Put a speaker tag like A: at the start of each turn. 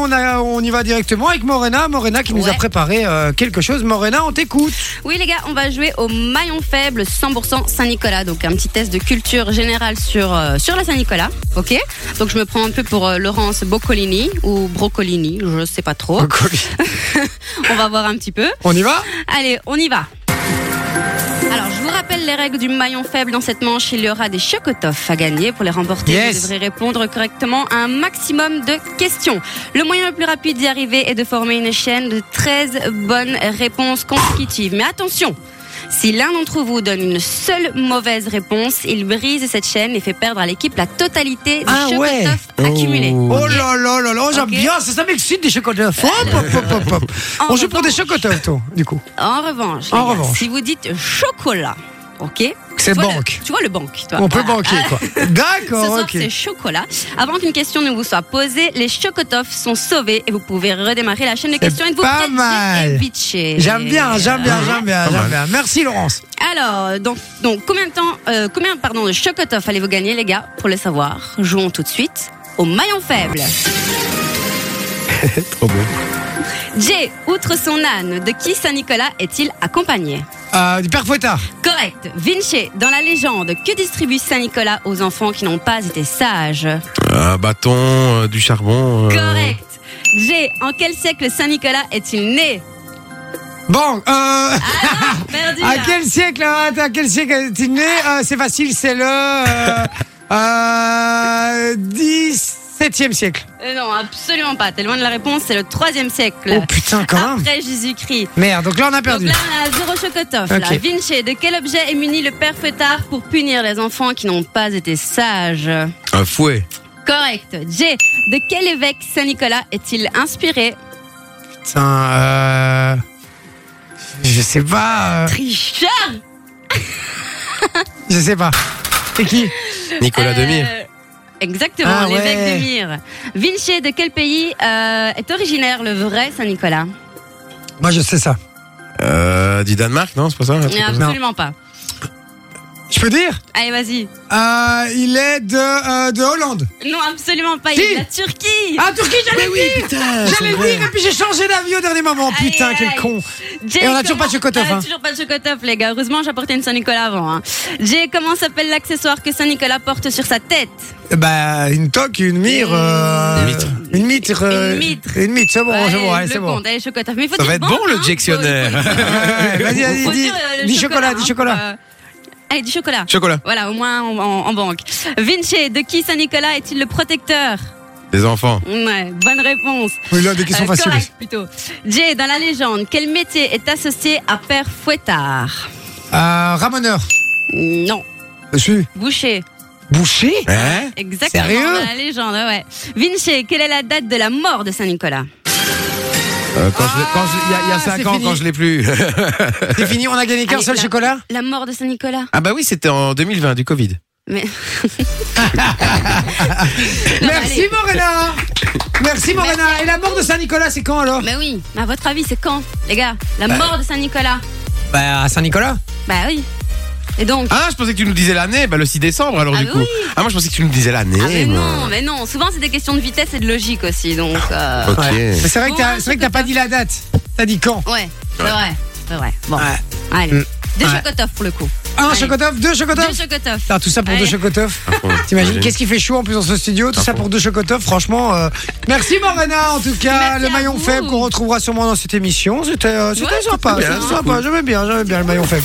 A: on, a, on y va directement avec Morena. Morena qui nous a
B: Ouais.
A: préparé euh, quelque chose. Morena, on t'écoute.
B: Oui les gars, on va jouer au maillon faible 100% Saint-Nicolas. Donc un petit test de culture générale sur, euh, sur la Saint-Nicolas. Ok Donc je me prends un peu pour euh, Laurence Boccolini ou Broccolini, je sais pas trop. on va voir un petit peu.
A: On y va
B: Allez, on y va. Alors, je vous rappelle les règles du maillon faible dans cette manche. Il y aura des chocotoffs à gagner. Pour les remporter,
A: Yes.
B: vous devrez répondre correctement à un maximum de questions. Le moyen le plus rapide d'y arriver est de former une chaîne de 13 bonnes réponses consécutives. Mais attention si l'un d'entre vous donne une seule mauvaise réponse, il brise cette chaîne et fait perdre à l'équipe la totalité des
A: Ah ouais.
B: chocotoffs accumulés.
A: Oh
B: Ok
A: là là là là, j'aime
B: Ok. Ah,
A: bien, ça, ça m'excite des chocotoffs. Hop, hop, hop, hop, hop.
B: En
A: On joue pour des
B: revanche-
A: chocotoffs, toi, du coup.
B: En revanche,
A: En
B: les gars,
A: revanche.
B: si vous dites chocolat, ok
A: C'est
B: Tu vois
A: banque.
B: Le, tu vois le banque, toi.
A: On peut
B: Voilà.
A: banquer, quoi.
B: Ce
A: D'accord,
B: soir,
A: ok.
B: c'est chocolat. Avant qu'une question ne vous soit posée, les chocotoffs sont sauvés et vous pouvez redémarrer la chaîne de questions et de vous
A: pas
B: catcher
A: mal.
B: et bitcher.
A: J'aime bien, j'aime bien,
B: Euh,
A: j'aime bien,
C: Pas
A: j'aime
C: mal.
A: bien. Merci, Laurence.
B: Alors, donc, donc combien de temps, euh, combien pardon, de chocotoffs allez-vous gagner, les gars Pour le savoir, jouons tout de suite au maillon faible.
C: Trop beau.
B: Jay, outre son âne, de qui Saint-Nicolas est-il accompagné
A: Euh, du Père Fouettard.
B: Correct. Vinci, dans la légende, que distribue Saint-Nicolas aux enfants qui n'ont pas été sages
C: Un bâton, euh, du charbon. euh,
B: Correct. Jay, en quel siècle Saint-Nicolas est-il né
A: Bon, euh,
B: Perdu,
A: à
B: là.
A: Ah, quel siècle, euh, à quel siècle est-il né Euh, C'est facile, c'est le euh, euh, 17e siècle.
B: Euh, non, absolument pas. T'es loin de la réponse, c'est le 3 siècle.
A: Oh putain,
B: Ah.
A: quand même.
B: Après Jésus-Christ.
A: Merde, donc là on a
B: Donc
A: perdu.
B: là, on a zéro chocotoff. là.
A: Ok.
B: Vinci, de quel objet est muni le père fêtard pour punir les enfants qui n'ont pas été sages
C: Un fouet.
B: Correct. J. De quel évêque Saint-Nicolas est-il inspiré
A: Putain, euh, je sais pas, euh,
B: Richard
A: je sais pas. C'est qui
C: Nicolas Demire.
B: Euh, Exactement,
A: Ah
B: l'évêque
A: ouais.
B: de Mire. Vinci, de quel pays euh, est originaire le vrai Saint-Nicolas
A: Moi je sais ça.
C: Euh, du Danemark, non, c'est pas ça un truc comme ça
B: Absolument pas.
A: Je peux dire
B: Allez, vas-y.
A: Euh, Il est de euh, de Hollande.
B: Non, absolument pas. Il
A: Si.
B: est de la Turquie.
A: Ah Turquie, j'allais
C: Mais oui,
A: dire.
C: putain,
A: J'allais
C: c'est
A: le
C: vrai.
A: dire et puis j'ai changé d'avis au dernier moment.
B: Aïe,
A: Putain, quel
B: aïe.
A: con.
B: Jay,
A: Et on a toujours
B: comment-
A: pas de chocotof,
B: Ah,
A: hein.
B: toujours pas de chocotoff, les gars. Heureusement, j'apportais une Saint-Nicolas avant. Hein. Jay, comment s'appelle l'accessoire que Saint-Nicolas porte sur sa tête
A: Bah, une toque, une mire. euh,
C: Une mitre.
A: Une mitre. euh,
B: Une mitre.
A: Une mitre, c'est bon,
B: Ouais,
A: c'est bon, allez,
B: le
A: c'est bon.
B: compte, allez, chocotoff. Mais il faut
C: Ça
B: dire
C: va être bon,
B: hein.
C: le
B: Faut-
C: dictionnaire.
B: faut- faut-
A: Ouais, Vas-y,
B: faut
A: vas-y, dis,
B: dire, euh, le
A: dis chocolat,
B: hein,
A: dis chocolat.
B: pour, euh, Allez, du chocolat.
C: Chocolat.
B: Voilà, au moins en, en- en banque. Vinci, de qui Saint-Nicolas est-il le protecteur
C: Des enfants.
B: Ouais, bonne réponse.
A: Oui, là, des questions
B: Euh,
A: faciles.
B: correct, plutôt. Jay, dans la légende, quel métier est associé à Père Fouettard
A: Euh, ramoneur.
B: Non,
A: Je suis
B: boucher.
A: bouché.
B: Ah,
C: Hein
B: Exactement.
A: Sérieux
B: dans la légende, ouais. Vinci, quelle est la date de la mort de Saint-Nicolas
C: Euh, quand je l'ai- quand je- Il y a- il y
A: Ah,
C: a 5
A: c'est
C: ans,
A: fini.
C: quand je l'ai plus.
A: C'est fini, on a gagné qu'un
B: Allez,
A: seul
B: là.
A: chocolat.
B: La mort de Saint-Nicolas
C: ah bah oui, c'était en 2020, du Covid.
B: Mais
A: Merci
B: allez.
A: Morena. Merci Morena. Et la mort de Saint-Nicolas, c'est quand alors
B: mais oui, à votre avis, c'est quand, les gars La mort de Saint-Nicolas
A: Bah, à Saint-Nicolas.
B: Bah oui. Et donc
C: Ah, je pensais que tu nous disais l'année, bah le 6 décembre alors
B: Ah
C: du
B: bah
C: coup.
B: oui.
C: Ah, moi je pensais que tu nous disais l'année.
B: Ah mais
C: moi.
B: non, mais non. Souvent, c'est des questions de vitesse et de logique aussi. Donc, euh,
C: Ok.
A: Ouais. Mais c'est vrai que
B: Bon,
A: t'as-
B: un
A: c'est vrai que t'as pas
B: Oh, chocotoff.
A: dit la date. T'as dit quand
B: ouais, c'est vrai. C'est vrai. Bon,
A: Ouais.
B: allez.
A: Mm.
B: Deux
A: Ouais.
B: chocotoffs pour le coup.
A: Un
B: Allez.
A: chocotoff, deux
B: Deux
A: chocotoffs.
B: chocotoffs.
A: Putain, tout ça pour
B: Allez.
A: deux chocotoffs.
C: Ah, bon,
A: T'imagines
C: j'imagine.
A: qu'est-ce qui fait chaud en plus dans ce studio Tout
C: Ah
A: ça
C: bon.
A: pour deux chocotoffs, franchement. euh, Merci Morena en tout cas,
B: Merci
A: le
B: à
A: maillon
B: vous.
A: faible qu'on retrouvera sûrement dans cette émission. C'était euh, c'était
B: Ouais,
A: sympa,
C: c'était
A: c'était
C: bien,
A: sympa. J'aimais bien, j'aimais bien le maillon faible.